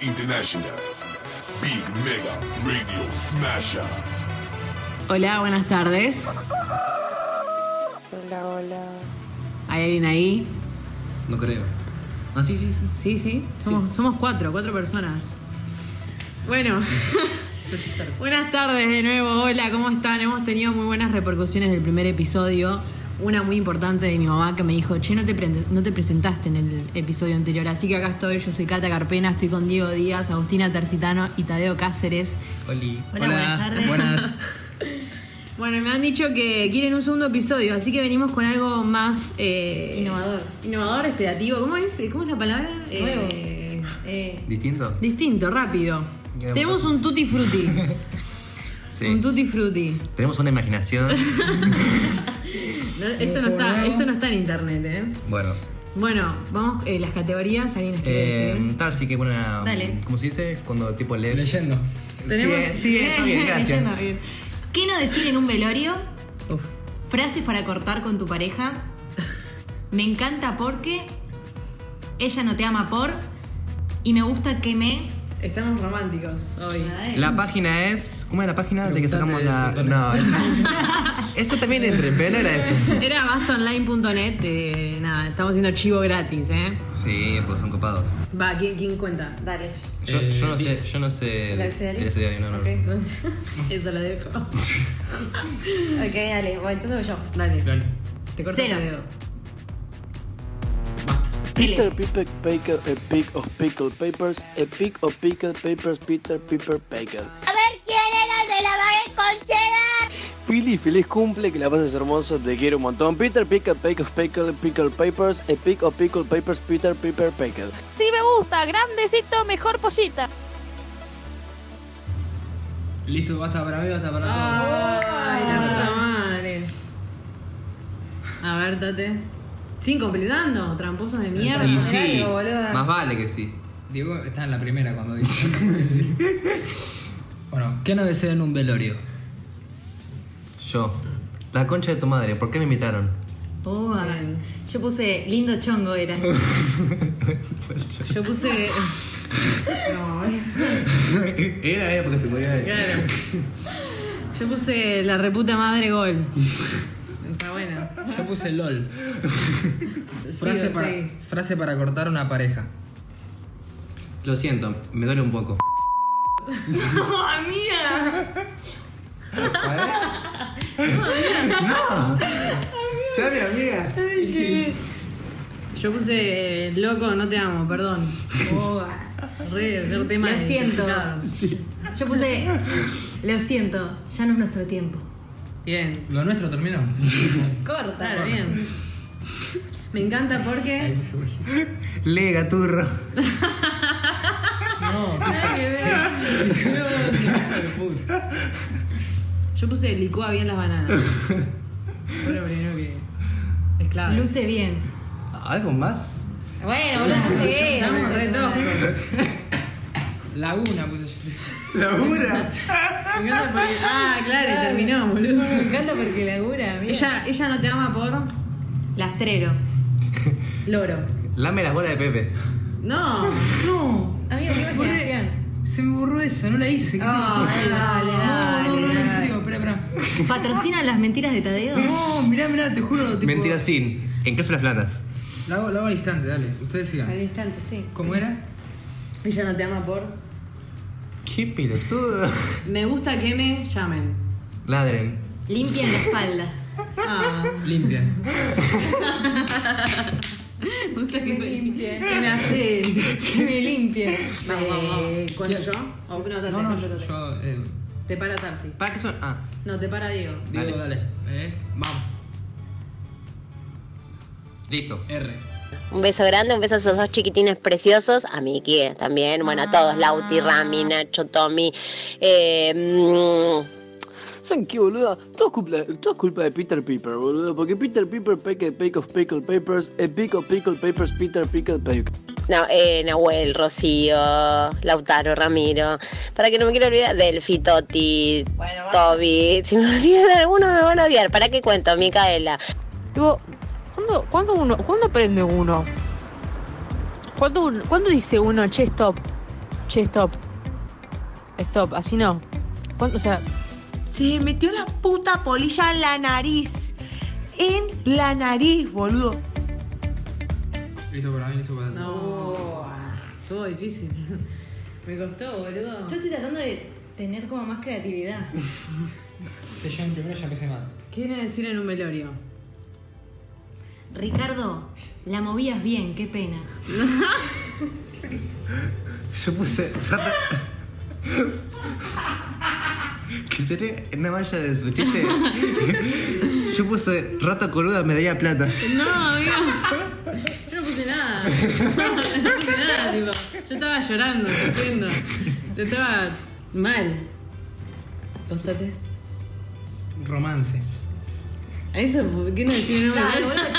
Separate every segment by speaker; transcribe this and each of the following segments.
Speaker 1: International. Big Mega Radio Smasher.
Speaker 2: Hola, buenas tardes.
Speaker 3: Hola, hola.
Speaker 2: ¿Hay alguien ahí?
Speaker 4: No creo. Ah, sí, sí, sí.
Speaker 2: Sí, sí. Somos, somos cuatro, cuatro personas. Bueno. buenas tardes de nuevo. Hola, ¿cómo están? Hemos tenido muy buenas repercusiones del primer episodio. Una muy importante de mi mamá que me dijo, che, no te, pre- no te presentaste en el episodio anterior. Así que acá estoy, yo soy Cata Carpena, estoy con Diego Díaz, Agustina Tercitano y Tadeo Cáceres.
Speaker 4: Oli.
Speaker 2: Hola, buenas tardes.
Speaker 4: Buenas.
Speaker 2: Bueno, me han dicho que quieren un segundo episodio, así que venimos con algo más... eh,
Speaker 3: Innovador.
Speaker 2: Innovador, expeditivo. ¿Cómo es, ¿Cómo es la palabra? Eh,
Speaker 3: Eh,
Speaker 4: ¿Distinto?
Speaker 2: distinto, rápido.
Speaker 4: Digamos.
Speaker 2: Tenemos un tutti frutti.
Speaker 4: Sí.
Speaker 2: Un tutti frutti.
Speaker 4: Tenemos una imaginación.
Speaker 2: No, esto,
Speaker 4: Eh,
Speaker 2: no está, esto no está en internet, ¿eh?
Speaker 4: bueno.
Speaker 2: Bueno, vamos, eh, las categorías, ¿alguien las quiere
Speaker 4: Eh,
Speaker 2: decir?
Speaker 4: tal, sí que una.
Speaker 3: Dale.
Speaker 4: ¿Cómo se dice? Cuando tipo lees.
Speaker 5: Leyendo.
Speaker 4: Sí, sí, eso bien, gracias.
Speaker 3: leyendo, bien. ¿Qué no decir en un velorio?
Speaker 4: Uf.
Speaker 3: Frases para cortar con tu pareja. Me encanta porque. Ella no te ama por. Y me gusta que me.
Speaker 2: Estamos románticos hoy.
Speaker 4: La página es. ¿Cómo era la página? De que sacamos la.
Speaker 5: Preguntate de
Speaker 4: No. eso también entre, pero no era eso.
Speaker 2: Era bastonline.net, eh, nada, estamos haciendo chivo gratis, ¿eh?
Speaker 4: Sí, pues son copados.
Speaker 2: Va, ¿quién, quién cuenta?
Speaker 6: Dale.
Speaker 4: Yo,
Speaker 5: Eh,
Speaker 4: yo no
Speaker 5: sí.
Speaker 4: sé, yo no sé.
Speaker 6: ¿El abecedario?
Speaker 4: El abecedario, no, no. no.
Speaker 6: Ok.
Speaker 2: Eso lo dejo.
Speaker 6: Ok, dale. Bueno, entonces voy yo.
Speaker 2: Dale,
Speaker 5: Dale.
Speaker 2: te corto
Speaker 3: Cero.
Speaker 2: el dedo.
Speaker 3: Tele.
Speaker 7: Peter Piper Pickle, a pig of pickle papers, a pig of pickle papers, Peter Piper Pickle.
Speaker 8: A ver quién era el de la vaga con cheddar.
Speaker 7: Pili, feliz cumple, que la pases hermoso, te quiero un montón. Peter Pickle, pig of pickle, pickle papers, a pig of pickle papers, Peter Piper Pickle.
Speaker 8: Sí me gusta, grandecito, mejor pollita.
Speaker 5: Listo, basta para mí, basta para
Speaker 2: Ah.
Speaker 5: todos.
Speaker 2: Ay, la puta madre. A ver, Tate. Sin completando, tramposos de mierda.
Speaker 4: Y sí.
Speaker 6: Algo, boluda.
Speaker 4: Más vale que sí.
Speaker 5: Diego está en la primera cuando dice. Sí. bueno, ¿qué no desea en un velorio?
Speaker 4: Yo. La concha de tu madre, ¿por qué me invitaron?
Speaker 3: Boa. Yo puse lindo chongo era.
Speaker 2: Yo puse. No, eh.
Speaker 4: era, era porque se podía ver.
Speaker 2: claro. Yo puse la reputa madre gol. Está buena.
Speaker 5: Yo puse LOL.
Speaker 2: Sí,
Speaker 5: Frase, para,
Speaker 2: sí.
Speaker 5: frase para cortar una pareja.
Speaker 4: Lo siento, me duele un poco. ¡No, amiga! ¡No! ¡Sea mi amiga!
Speaker 2: Yo puse eh, loco, no te amo, perdón. Re, re tema
Speaker 3: Lo
Speaker 2: de-
Speaker 3: siento.
Speaker 2: Claro.
Speaker 3: Yo puse. Lo siento, ya no es nuestro tiempo.
Speaker 2: Bien.
Speaker 5: ¿Lo nuestro terminó?
Speaker 3: Corta.
Speaker 2: Claro, bien. Me encanta porque.
Speaker 4: Le gaturro.
Speaker 5: no,
Speaker 2: Nada que ver. Yo puse licúa bien las bananas. Fue lo primero que. Es clave.
Speaker 3: Luce bien.
Speaker 4: ¿Algo más?
Speaker 6: Bueno, boludo, no llegué.
Speaker 2: Estamos re toscos.
Speaker 5: Laguna puse yo.
Speaker 4: ¡Labura!
Speaker 2: Me encanta porque- Ah, claro, y terminó, boludo.
Speaker 3: Me encanta porque labura, mira.
Speaker 2: Ella, ella no te ama por
Speaker 3: Lastrero.
Speaker 2: loro.
Speaker 4: Lame la bola de Pepe.
Speaker 2: No.
Speaker 5: No,
Speaker 3: Amigo, qué imaginación.
Speaker 5: se me borró esa, no la hice.
Speaker 2: Ah.
Speaker 3: Oh, dale,
Speaker 5: no, no, no, en
Speaker 3: dale,
Speaker 5: serio, espera, espera.
Speaker 3: ¿Patrocinan las mentiras de Tadeo?
Speaker 5: No, mirá, mirá, te juro. Tipo,
Speaker 4: Mentira sin. En caso de las plantas.
Speaker 5: La hago, la hago al instante, dale. Ustedes
Speaker 6: Al
Speaker 5: sigan.
Speaker 6: instante, sí.
Speaker 5: ¿Cómo era?
Speaker 2: Ella no te ama por.
Speaker 4: ¡Qué pelotudo!
Speaker 2: Me gusta que me llamen.
Speaker 4: Ladren.
Speaker 3: Limpian la espalda.
Speaker 2: Ah.
Speaker 5: Limpia.
Speaker 2: Me gusta que me limpien. Que me hace.
Speaker 3: Que me limpien.
Speaker 2: Vamos,
Speaker 3: Eh,
Speaker 2: vamos. ¿Cuándo yo? O, no, Tate,
Speaker 5: No, no,
Speaker 2: Tate,
Speaker 5: yo.
Speaker 2: Tate.
Speaker 5: yo, eh,
Speaker 2: Te para Tarsi.
Speaker 4: ¿Para qué son? Ah.
Speaker 2: No, te para Diego.
Speaker 5: digo,
Speaker 4: Dale.
Speaker 5: dale. Eh, vamos.
Speaker 4: Listo.
Speaker 5: R.
Speaker 9: Un beso grande, un beso a esos dos chiquitines preciosos, a Miki también, bueno, a todos, Lauti, Rami, Nacho, Tommy. Eh, mm,
Speaker 7: ¿Saben qué, boluda? Todo es culpa, todo es culpa de Peter Piper, boludo, porque Peter Piper pickle, pig of pickle papers, a pig of pickle papers, Peter Pickle Pickle.
Speaker 9: no, eh, Nahuel, Rocío, Lautaro, Ramiro. Para que no me quiero olvidar, Delfi, Toti, Toby. Si me olvido de alguno, me van a odiar. ¿Para qué cuento, Micaela?
Speaker 10: Digo, ¿cuándo, cuándo uno, ¿cuándo aprende uno? ¿Cuándo, un- cuándo dice uno, che, stop? Che, stop. Stop, así no. ¿Cuánto, o sea,
Speaker 11: Se metió la puta polilla en la nariz. En la nariz, boludo.
Speaker 5: Listo para mí, listo para ti.
Speaker 2: No. Estuvo difícil. Me costó, boludo.
Speaker 6: Yo estoy tratando de tener como más creatividad.
Speaker 5: Si yo en primero ya empecé mal.
Speaker 2: ¿Qué viene a decir en un velorio?
Speaker 3: Ricardo, la movías bien, qué pena.
Speaker 4: Yo puse rata. que sería una valla de su chiste. Yo puse rata coluda, medalla plata.
Speaker 2: No, amigo. Yo no puse nada. No puse nada, tipo. Yo estaba llorando, sufriendo. Yo estaba mal. Costate.
Speaker 5: Romance.
Speaker 2: ¿A eso? ¿Qué no decir en un
Speaker 6: Dale,
Speaker 2: velorio?
Speaker 6: boludo,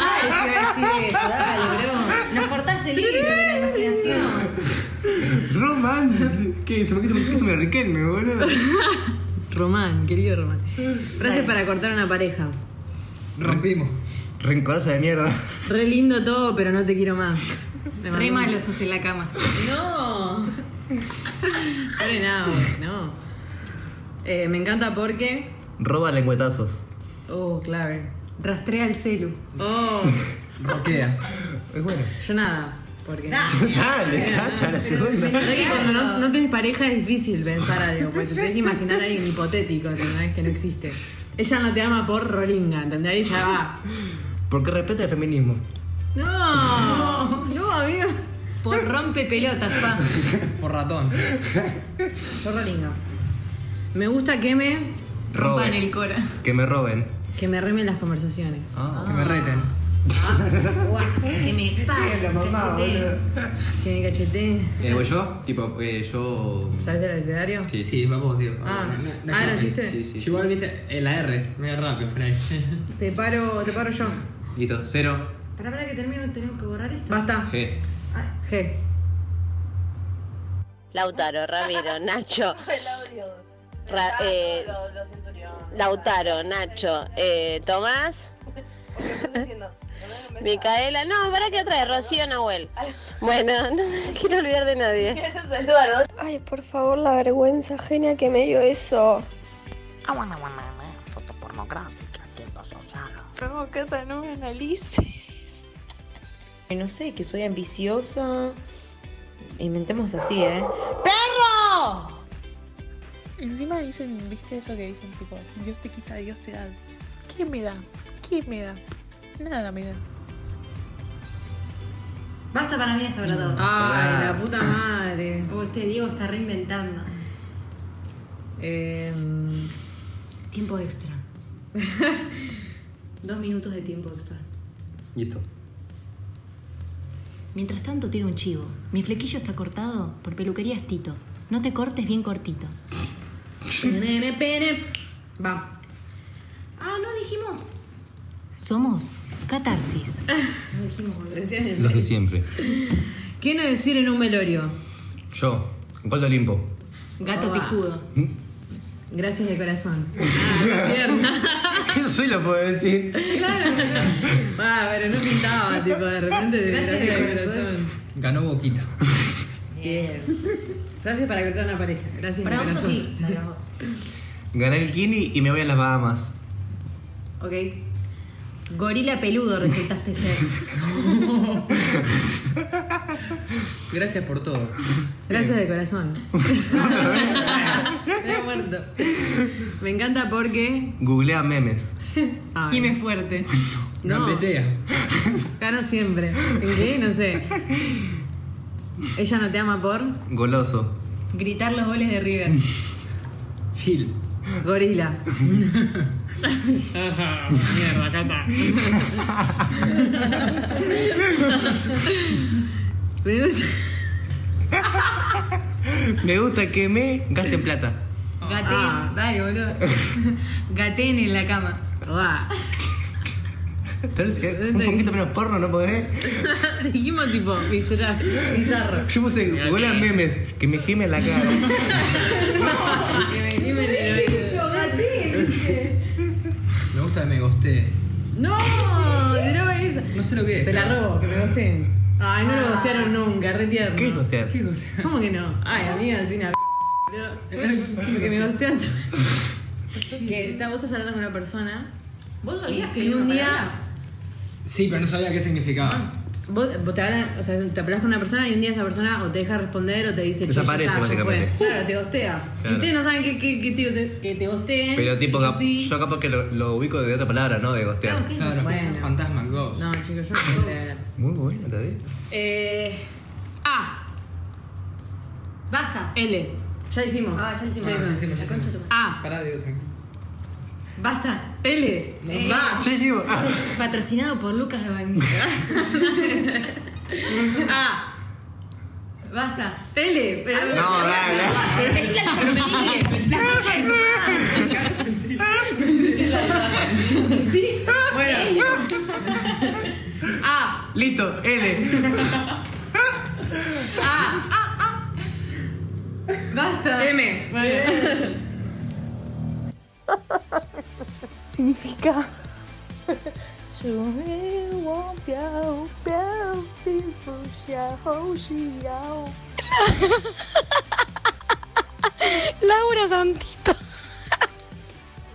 Speaker 6: Padre, si iba a decir eso, dale, bro. Nos cortás el hilo de la imaginación.
Speaker 4: Romance. ¿Qué hizo? ¿Por qué, por qué se me Riquelme, boludo?
Speaker 2: Román, querido Román. Frase para cortar una pareja.
Speaker 5: Rompimos.
Speaker 4: Rencorosa de mierda.
Speaker 2: Re lindo todo, pero no te quiero más. Te mando
Speaker 3: Re
Speaker 2: un-
Speaker 3: malo sos en la cama.
Speaker 2: No. Pobre nabo, no. Eh, me encanta porque.
Speaker 4: Roba lengüetazos.
Speaker 2: Oh, clave.
Speaker 3: Rastrea el celu.
Speaker 2: Oh,
Speaker 5: Roquea.
Speaker 4: Es bueno.
Speaker 2: yo nada. Porque.
Speaker 4: Dale, dale, a la segunda.
Speaker 2: Pero es que cuando no, no tenés pareja es difícil pensar algo, porque te tenés que imaginar a alguien hipotético, ¿entendés? Que no existe. Ella no te ama por Rolinga, ¿entendés? Ahí ya va.
Speaker 4: Porque respeta el feminismo.
Speaker 2: No, no, amigo.
Speaker 3: Por rompe pelotas, pa.
Speaker 5: Por ratón.
Speaker 2: Por Rolinga. Me gusta que me,
Speaker 3: Rompa en
Speaker 4: Roben.
Speaker 3: el cora.
Speaker 4: Que me roben.
Speaker 2: que me remen las conversaciones.
Speaker 4: Ah.
Speaker 5: Que me reten.
Speaker 6: Guau, que me pare.
Speaker 2: Que me cacheteen.
Speaker 12: Eh, ¿voy yo? Tipo, eh, yo.
Speaker 2: ¿Sabes el abecedario?
Speaker 12: Sí,
Speaker 5: Sí, va vos, tío.
Speaker 2: Ah,
Speaker 5: No, no,
Speaker 2: ah,
Speaker 5: no,
Speaker 2: ¿lo
Speaker 5: sí,
Speaker 2: hiciste?
Speaker 5: sí, sí. Yo igual viste eh, la R, medio rápido, Fran.
Speaker 2: Te paro, te paro yo.
Speaker 12: Listo, cero.
Speaker 6: Pará, pará, que termino, tenemos que borrar esto.
Speaker 2: Basta.
Speaker 12: G.
Speaker 2: G.
Speaker 9: Lautaro, Ramiro, Nacho, Ra- eh, Lautaro, Nacho, eh, Tomás, Micaela, no, para que trae Rocío Nahuel. Bueno, no me quiero olvidar de nadie.
Speaker 8: Ay, por favor, la vergüenza genia que me dio eso.
Speaker 13: Foto pornográfica, tienda social.
Speaker 8: No, Cata, no me analices.
Speaker 11: No sé, que soy ambiciosa. Inventemos así, ¿eh?
Speaker 8: ¡Perro! Encima dicen, ¿viste eso que dicen? Tipo, Dios te quita, Dios te da. ¿Qué me da? ¿Qué me da? Nada me da.
Speaker 3: Basta para mí, hasta para todos.
Speaker 2: Ay, la puta madre.
Speaker 3: Oh, este Diego está reinventando.
Speaker 2: Eh,
Speaker 3: Tiempo extra. Dos minutos de tiempo extra.
Speaker 4: Listo.
Speaker 3: Mientras tanto tiro un chivo. Mi flequillo está cortado por peluquerías Tito. No te cortes bien cortito.
Speaker 2: pene, pene. Va.
Speaker 3: Ah, no dijimos. Somos catarsis.
Speaker 2: No dijimos, boludo. Recién el-
Speaker 4: Los de siempre.
Speaker 2: ¿Qué no decir en un velorio?
Speaker 4: Yo, Gol de Olimpo.
Speaker 2: Gato pijudo. Gracias de corazón. Ah,
Speaker 4: Eso sí lo puedo decir.
Speaker 2: Claro. Ah, pero no pintaba, tipo, de repente de gracias, de corazón.
Speaker 5: Ganó Boquita.
Speaker 2: Bien. Gracias para cortar una pareja. Gracias
Speaker 3: Para
Speaker 2: de
Speaker 3: vos
Speaker 2: corazón.
Speaker 3: sí. Dale, vos.
Speaker 4: Gané el Kini y me voy a las Bahamas.
Speaker 3: Ok. Gorila peludo resultaste ser.
Speaker 5: Gracias por todo.
Speaker 2: Gracias de corazón. Me he muerto. Me encanta porque.
Speaker 4: Googlea memes.
Speaker 2: Ay.
Speaker 3: Gime fuerte.
Speaker 2: No.
Speaker 5: Gambetea.
Speaker 2: Gano siempre. ¿En qué? No sé. Ella no te ama por
Speaker 4: Goloso.
Speaker 3: Gritar los goles de River.
Speaker 5: Gil.
Speaker 2: gorila.
Speaker 5: Mierda, cata.
Speaker 2: Me gusta-
Speaker 4: Me gusta que me gasten plata.
Speaker 3: Gaten. Dale, boludo. Gaten en la cama.
Speaker 2: Ah,
Speaker 4: Tercia, un poquito menos porno, ¿no podés?
Speaker 2: Dijimos tipo visceral, bizarro.
Speaker 4: Yo puse googlea memes, que me gime en la cara.
Speaker 2: Que me- que me-
Speaker 5: Me gusta que me guste.
Speaker 2: No, tiraba esa.
Speaker 5: No sé lo que es.
Speaker 2: Te la
Speaker 5: pero-
Speaker 2: robo, que me gusten. Ay, no lo gostearon nunca, re tierno.
Speaker 4: Ah. ¿Qué gostear?
Speaker 2: ¿Qué gostear? ¿Cómo que no? Ay, amiga, soy una p. boludo. Que me gostean. que está- vos estás hablando con una persona.
Speaker 6: ¿Vos
Speaker 2: sabías que
Speaker 6: hay
Speaker 2: un
Speaker 6: una
Speaker 2: día.
Speaker 5: Sí, pero no sabía qué significaba.
Speaker 2: Ah, Vos, vos te hablan, o sea, te hablas con una persona y un día esa persona o te deja responder o te dice. "Che, ya
Speaker 4: Desaparece,
Speaker 2: está, ya fue".
Speaker 4: básicamente.
Speaker 2: Claro, te gostea. Y
Speaker 4: Claro.
Speaker 2: ustedes no saben que, que, que te, que te gosteen.
Speaker 4: Pero tipo,
Speaker 2: Yo
Speaker 4: cap-
Speaker 2: sí.
Speaker 4: yo capaz que lo, lo ubico de otra palabra, ¿no? De gostear.
Speaker 3: Ah,
Speaker 5: Claro,
Speaker 2: Bueno.
Speaker 5: Fantasma Ghost.
Speaker 2: No, chicos, yo no puedo creer.
Speaker 4: Muy buena, Tadeo.
Speaker 2: Eh, A. Basta. L. Ya hicimos. Ah, ya
Speaker 5: Ah, ya hicimos, ya hicimos.
Speaker 2: A.
Speaker 5: Pará, digo, tranquilo.
Speaker 2: Basta. L.
Speaker 3: Eh,
Speaker 4: Ah,
Speaker 3: Patrocinado por Lucas de
Speaker 2: ah.
Speaker 3: Basta. Ah,
Speaker 2: L. pero-
Speaker 3: No, dale. Decile al terminal. La concha de tu madre.
Speaker 2: Sí. Bueno.
Speaker 3: L.
Speaker 2: A.
Speaker 4: Listo, L.
Speaker 2: A. Basta. M.
Speaker 13: Significa. Laura Santito.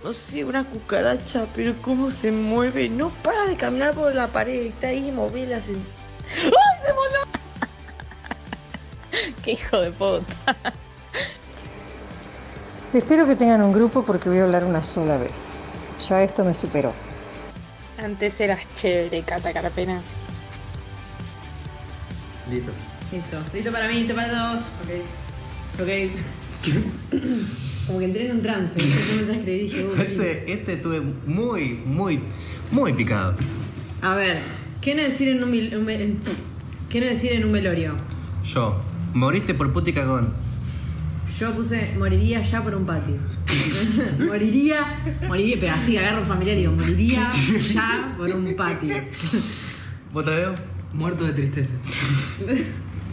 Speaker 13: No sé, una cucaracha, pero cómo se mueve. No para de caminar por la pared. Está ahí y moverla. se- ¡Ay, se voló!
Speaker 10: Qué hijo de puta.
Speaker 14: Espero que tengan un grupo porque voy a hablar una sola vez. Ya esto me superó.
Speaker 8: Antes eras chévere, Cata Carpena.
Speaker 12: Listo.
Speaker 2: Listo. Listo para mí, listo para todos. Ok. Ok. Como que entré en un trance. No sé cómo que dije, "Uy, lindo".
Speaker 4: Este, este estuve muy, muy, muy picado.
Speaker 2: A ver, ¿qué no decir en un, mil- un mel- ¿qué no decir en un velorio?
Speaker 4: Yo, moriste por puti cagón.
Speaker 2: Yo puse moriría ya por un patio. moriría, moriría, pero así agarro un familiar y digo, moriría ya por un patio.
Speaker 4: ¿Vos Tadeo?
Speaker 5: Muerto de tristeza.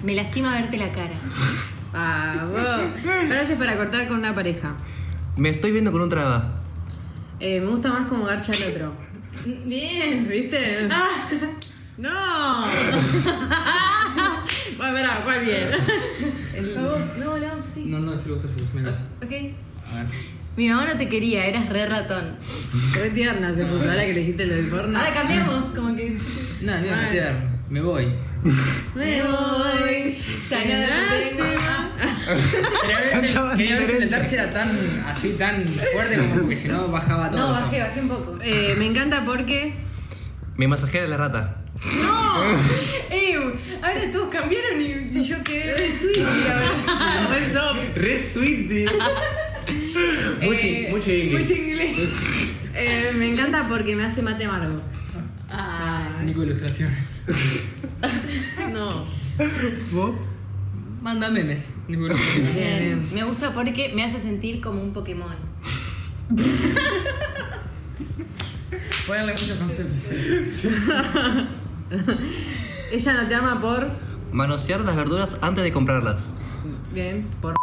Speaker 3: Me lastima verte la cara.
Speaker 2: Vamos. Gracias para cortar con una pareja.
Speaker 4: Me estoy viendo con un traba.
Speaker 2: Eh, me gusta más como garcha al otro. Bien, ¿viste?
Speaker 3: Ah.
Speaker 2: ¡No! bueno, verá, ¿cuál bien?
Speaker 3: No, no, sí.
Speaker 5: No, no, si lo gusta, si me caso.
Speaker 3: Ok.
Speaker 5: A
Speaker 2: Ah.
Speaker 5: ver.
Speaker 3: Mi mamá no te quería, eras re ratón.
Speaker 2: Re tierna se puso, ahora que le dijiste lo del porno.
Speaker 3: Ahora cambiamos, como que.
Speaker 5: Nada, me voy a
Speaker 3: Ay.
Speaker 5: meter. Me voy.
Speaker 3: Me voy. Ya no te tengo. Ah,
Speaker 5: Quería ver si el letarse era tan así, tan fuerte como porque si no bajaba todo.
Speaker 2: bajé un poco. Eh, me encanta porque.
Speaker 4: Me masajera la rata.
Speaker 2: ¡No!
Speaker 3: ahora todos cambiaron y si yo quedé re sweet.
Speaker 4: Re sweet, Mucho- mucho inglés.
Speaker 2: Mucho inglés. Eh, me encanta porque me hace mate amargo.
Speaker 5: Nico Ilustraciones.
Speaker 2: No.
Speaker 4: ¿Vos?
Speaker 5: Manda memes. Nico Ilustraciones.
Speaker 2: Eh,
Speaker 3: Bien. Me gusta porque me hace sentir como un Pokémon.
Speaker 5: Voy a darle muchos conceptos.
Speaker 2: Ella no te ama por.
Speaker 4: Manosear las verduras antes de comprarlas.
Speaker 2: Bien, por.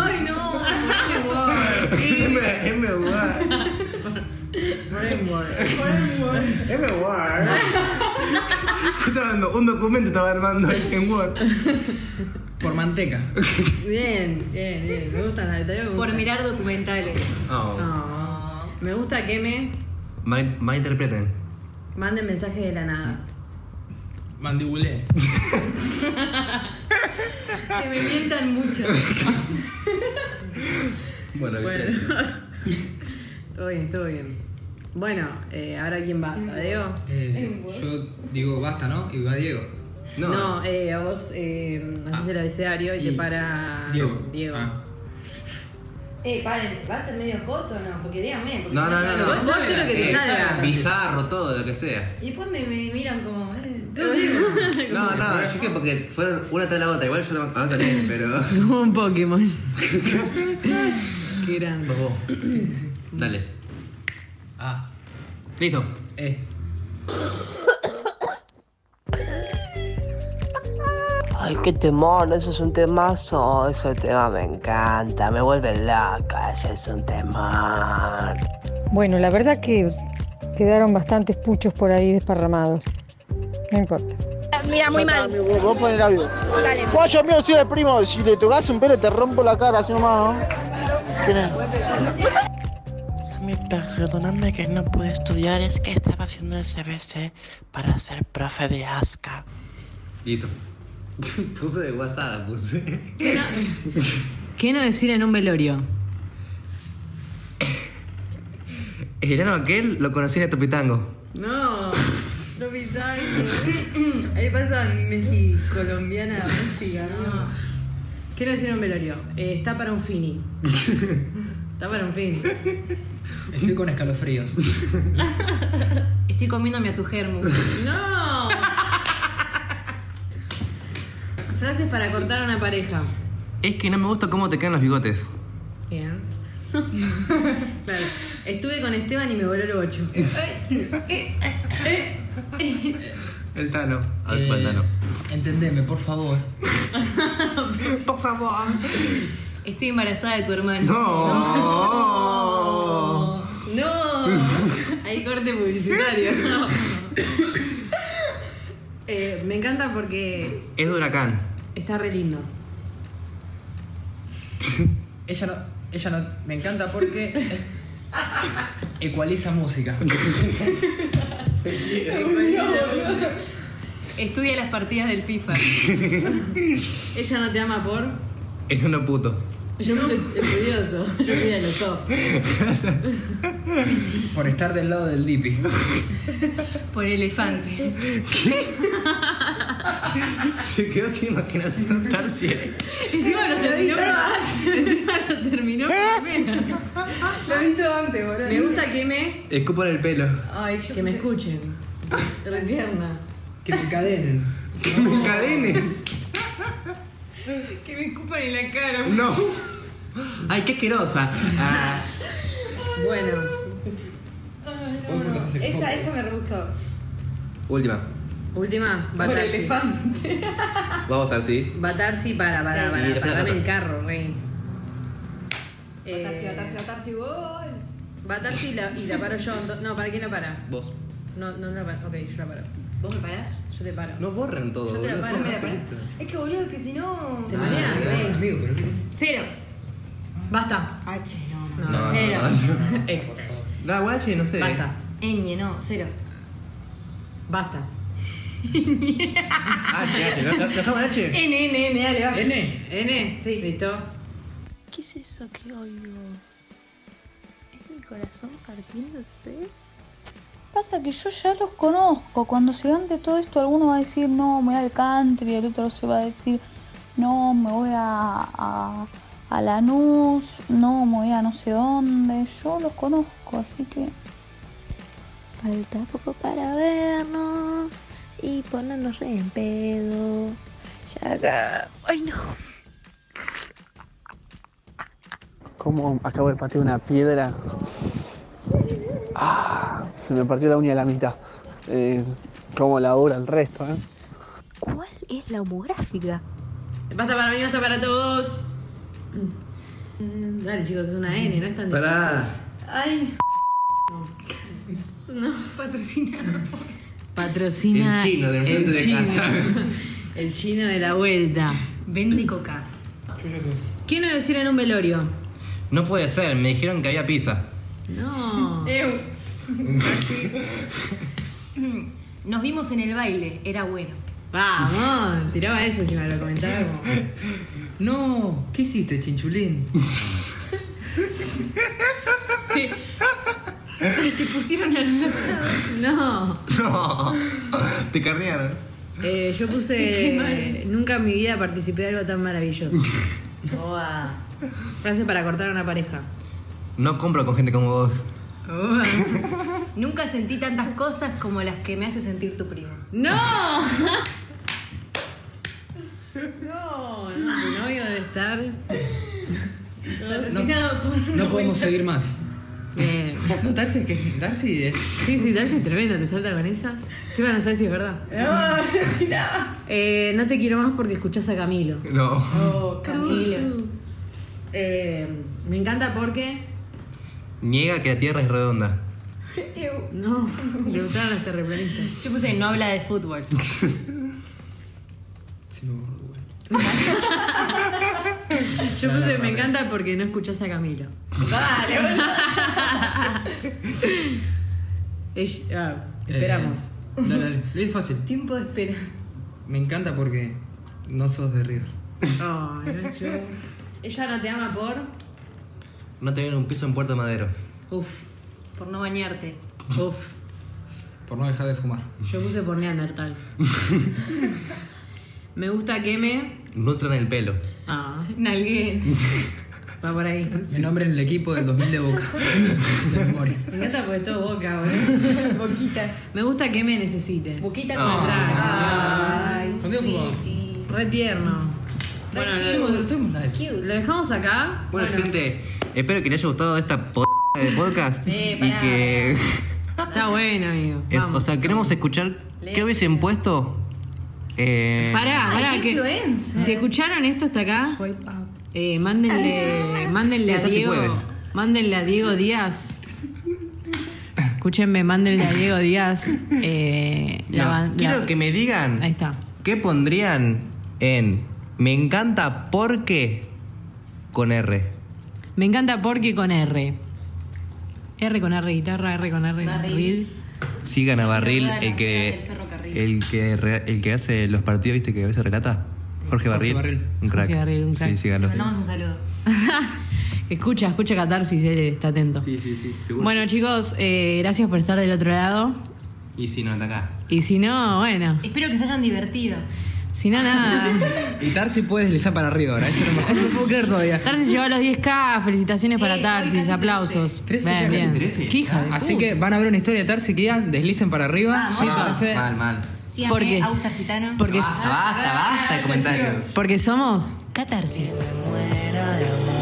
Speaker 3: Ay, no.
Speaker 4: M MWAR. MWAR. ¿Qué estaba dando? Un documento estaba armando en Word.
Speaker 5: Por manteca.
Speaker 2: Bien, bien, bien. Me gustan las detalles.
Speaker 3: Por mirar Ah. documentales.
Speaker 2: Ah. Me gusta que me
Speaker 4: Oh. Mal, malinterpreten.
Speaker 2: manden mensajes de la nada.
Speaker 5: Mandibulé.
Speaker 3: Que me mientan mucho.
Speaker 4: Bueno,
Speaker 2: Bueno. todo bien, todo bien. Bueno, eh, ahora quién va, Diego.
Speaker 5: Eh, yo digo basta, ¿no? Y va Diego.
Speaker 2: No, eh, a vos eh, haces el abecedario y,
Speaker 5: Ah. Y-
Speaker 2: te para
Speaker 5: Diego.
Speaker 2: Diego.
Speaker 5: Ah.
Speaker 6: Eh, paren, ¿va a ser medio hot o no? Porque díganme. porque
Speaker 12: No, no, no, no.
Speaker 6: Vos hacés lo que te
Speaker 12: Eh,
Speaker 6: salga.
Speaker 12: Bizarro, todo, lo que sea.
Speaker 6: Y después me, me miran como. eh,
Speaker 12: No, no, yo que porque fueron una tras la otra. Igual yo no no también, pero.
Speaker 2: Como un Pokémon. Qué grande.
Speaker 12: Vos, vos. Dale.
Speaker 5: Ah.
Speaker 4: Listo.
Speaker 5: Eh.
Speaker 13: Ay, qué temón, eso es un temazo, ese tema me encanta, me vuelve loca, ese es un temón.
Speaker 14: Bueno, la verdad que quedaron bastantes puchos por ahí desparramados. No importa.
Speaker 15: Mira, muy
Speaker 7: Ya está,
Speaker 15: mal.
Speaker 7: amigo, Vos pon el audio.
Speaker 15: Dale.
Speaker 7: Guacho mío, soy el primo. Si le tocas un pelo, te rompo la cara, así nomás. ¿no? ¿Quién es?
Speaker 16: Sammy, perdóname que no pude estudiar, es que estaba haciendo el CBC para ser profe de ASCA.
Speaker 12: Listo. Puse de WhatsApp, puse.
Speaker 2: ¿Qué no decir en un velorio?
Speaker 4: El enano aquel lo conocí en el Topitango.
Speaker 2: No, no pintar. Ahí pasa México, colombiana, música, ¿no? Quiero decir un velorio. Eh, está para un fini. Está para un fini.
Speaker 5: Estoy con escalofríos.
Speaker 3: Estoy comiéndome a tu germu.
Speaker 2: ¡No! Frases para cortar a una pareja.
Speaker 4: Es que no me gusta cómo te quedan los bigotes.
Speaker 2: Bien. claro. Estuve con Esteban y me voló el bocho.
Speaker 4: El Tano. A
Speaker 5: ver si
Speaker 4: fue el Tano.
Speaker 5: Eh, Entendeme, por favor.
Speaker 3: Por favor. Estoy embarazada de tu hermano.
Speaker 4: No.
Speaker 2: No. Hay corte publicitario. No. Eh, me encanta porque
Speaker 4: Es de huracán.
Speaker 2: está re lindo.
Speaker 5: Ella no. Ella no. Me encanta porque. ecualiza música.
Speaker 3: Estudia las partidas del FIFA.
Speaker 2: Ella no te ama por.
Speaker 4: Es uno puto.
Speaker 2: Yo no soy estudioso. Yo fui a los top.
Speaker 5: por estar del lado del Dipi.
Speaker 3: Por elefante.
Speaker 4: Se quedó sin imaginación, Tarsi.
Speaker 2: Encima lo terminó. Encima lo terminó. Lo viste antes, boludo. Me gusta que me.
Speaker 4: Escupan el pelo.
Speaker 2: Ay, que me escuchen. Re tierna.
Speaker 5: Que me encadenen.
Speaker 4: Que me encadenen.
Speaker 2: Que me escupan en la cara.
Speaker 4: No. Ay, qué asquerosa. Ah,
Speaker 2: Bueno.
Speaker 6: Ay, no, no. Esta, esta me re gustó.
Speaker 4: última.
Speaker 2: Última,
Speaker 6: Por el
Speaker 2: Batarsi.
Speaker 6: elefante.
Speaker 4: Vamos a ver si.
Speaker 2: Batarsi para, para,
Speaker 4: Y
Speaker 2: para,
Speaker 4: después
Speaker 2: para
Speaker 4: la
Speaker 2: dame
Speaker 4: tapa.
Speaker 2: el carro, rey.
Speaker 6: Batarsi,
Speaker 2: Eh,
Speaker 6: batarsi, batarsi, gol.
Speaker 2: Batarsi y la, y la paro yo. ento- No, ¿para qué la para?
Speaker 4: Vos.
Speaker 2: No, no la paro. Ok, yo la paro.
Speaker 6: ¿Vos me parás?
Speaker 2: Yo te paro.
Speaker 4: No borren todo,
Speaker 2: Yo te la
Speaker 4: boludo.
Speaker 2: paro.
Speaker 4: ¿Cómo la
Speaker 6: Es que boludo, que si no.
Speaker 2: Te mareas,
Speaker 6: Ah,
Speaker 2: rey. Cero. Basta. Eh,
Speaker 6: H, no,
Speaker 4: No, no, no,
Speaker 6: cero.
Speaker 4: no. Da guache, no sé.
Speaker 2: Basta.
Speaker 6: Ñ, no, cero.
Speaker 2: Basta.
Speaker 4: H, H. ¿lo- lo- ¿Dejamos el
Speaker 2: Eh.
Speaker 4: H?
Speaker 6: N, N, N, dale, va.
Speaker 2: N. N. Sí. Listo.
Speaker 8: ¿Qué es eso que oigo? ¿Es mi corazón partiéndose?
Speaker 17: Pasa que yo ya los conozco. Cuando se van de todo esto, alguno va a decir, no, me voy al country, el otro se va a decir, no, me voy a, a, a Lanús, no, me voy a no sé dónde. Yo los conozco, así que
Speaker 18: Falta poco para vernos y ponernos re en pedo. Ya acá. Ay, no.
Speaker 7: ¿Cómo acabo de patear una piedra? Ah, se me partió la uña a la mitad. Eh, ¿Cómo la obra el resto, eh?
Speaker 18: ¿Cuál es la homográfica?
Speaker 2: Basta para mí, basta para todos. Mm, Dale, chicos, es una N, no es tan difícil.
Speaker 4: Pará.
Speaker 2: Ay. No.
Speaker 6: Patrocinado.
Speaker 2: Patrocina.
Speaker 4: El chino de enfrente
Speaker 2: el
Speaker 4: de
Speaker 2: chino.
Speaker 4: casa.
Speaker 2: El chino de la vuelta.
Speaker 3: Vende coca.
Speaker 2: ¿Qué no decir en un velorio?
Speaker 4: No puede ser, me dijeron que había pizza.
Speaker 2: No.
Speaker 3: Eu. Nos vimos en el baile, era bueno.
Speaker 2: Vamos, tiraba eso encima, lo comentaba como.
Speaker 5: No, ¿qué hiciste, chinchulín?
Speaker 3: Te pusieron nerviosa.
Speaker 2: No.
Speaker 4: No. Te carnearon.
Speaker 2: Eh, yo
Speaker 3: Qué
Speaker 2: puse.
Speaker 3: mal.
Speaker 2: Nunca en mi vida participé de algo tan maravilloso. Frase para cortar a una pareja.
Speaker 4: No compro con gente como vos.
Speaker 3: Nunca sentí tantas cosas como las que me hace sentir tu primo.
Speaker 2: ¡No! No, no, tu novio debe estar.
Speaker 5: Patrocinado No podemos seguir más. No, Tarsi, que Tarsi es.
Speaker 2: Sí, sí, Darcy es tremendo, te salta con esa. Sí, bueno, no sé si es verdad. Eh, no te quiero más porque escuchás a Camilo.
Speaker 4: No.
Speaker 2: Camilo. Eh, me encanta porque.
Speaker 4: Niega que la tierra es redonda.
Speaker 2: No, le gustaron los terraplanistas.
Speaker 3: Yo puse no habla de fútbol.
Speaker 5: Eh,
Speaker 2: Yo puse, me encanta porque no escuchás a Camilo.
Speaker 3: Vale, boludo.
Speaker 2: Ella- ah, esperamos.
Speaker 5: Eh, dale, dale. Es fácil.
Speaker 3: Tiempo de espera.
Speaker 5: Me encanta porque no sos de River.
Speaker 2: Ay, Nacho. Ella no te ama por.
Speaker 4: No tenían un piso en Puerto Madero.
Speaker 2: Uf.
Speaker 3: Por no bañarte.
Speaker 2: Uf.
Speaker 5: Por no dejar de fumar.
Speaker 2: Yo puse por Neandertal. me gusta que me.
Speaker 4: Nutran el pelo.
Speaker 2: Ah.
Speaker 3: Nalgué.
Speaker 2: Va por ahí.
Speaker 5: Me nombren el equipo del 2000 de Boca. De memoria.
Speaker 2: Me encanta porque es todo boca, boludo. Boquita. Me gusta que me necesites. Boquita
Speaker 5: con Ah. atrás.
Speaker 2: Ay,
Speaker 5: ¿Dónde fumaba?
Speaker 2: sí. Re tierno. Bueno, lo, lo dejamos acá.
Speaker 4: Bueno, gente, espero que les haya gustado esta p de podcast.
Speaker 2: Sí,
Speaker 4: y
Speaker 2: pará,
Speaker 4: que.
Speaker 2: Está bueno, amigo.
Speaker 4: es- o sea, queremos escuchar qué hubiesen puesto. Eh,
Speaker 2: Pará, pará, que. Si escucharon esto hasta acá, eh, mándenle, mándenle a
Speaker 4: Esta sí
Speaker 2: Diego.
Speaker 4: puede.
Speaker 2: Mándenle a Diego Díaz. Escúchenme, mándenle a Diego Díaz. eh,
Speaker 4: No,
Speaker 2: la ban-
Speaker 4: quiero
Speaker 2: la-
Speaker 4: que me digan
Speaker 2: Ahí está.
Speaker 4: qué pondrían en Me encanta porque con R.
Speaker 2: Me encanta porque con R. R con R guitarra, R con R
Speaker 3: Barril.
Speaker 2: barril.
Speaker 4: Sigan a Barril,
Speaker 3: rueda de
Speaker 4: el
Speaker 3: la
Speaker 4: que,
Speaker 3: rueda del ferrocarril.
Speaker 4: el, que re- el que hace los partidos, ¿viste? Que a veces relata. Jorge, Barril, Un crack.
Speaker 2: Jorge Barril, un crack.
Speaker 4: Sí, síganlo.
Speaker 3: Mandamos un saludo.
Speaker 2: Escucha, escucha Catarsis, él está atento.
Speaker 4: Sí, sí, sí, seguro.
Speaker 2: Bueno, chicos, eh, gracias por estar del otro lado.
Speaker 4: Y si no, hasta acá.
Speaker 2: Y si no, bueno,
Speaker 3: Espero que se hayan divertido.
Speaker 2: si no, nada.
Speaker 5: Y Tarsi puede deslizar para arriba ahora. Eso es lo mejor. No lo puedo creer todavía.
Speaker 2: Tarsis llegó a los 10K, felicitaciones para Tarsis, aplausos. Bien, bien. Qué hija de
Speaker 5: Ah, Así
Speaker 2: puta. Ah,
Speaker 5: que van a ver una historia de Tarsi que digan deslicen para arriba.
Speaker 3: Vamos.
Speaker 5: siéntanse.
Speaker 3: Mal, Síganme,
Speaker 2: ¿Por qué?
Speaker 3: Agus Tarcitano.
Speaker 2: Porque-
Speaker 3: Ah,
Speaker 2: Porque somos Catarsis.
Speaker 16: Muera de amor.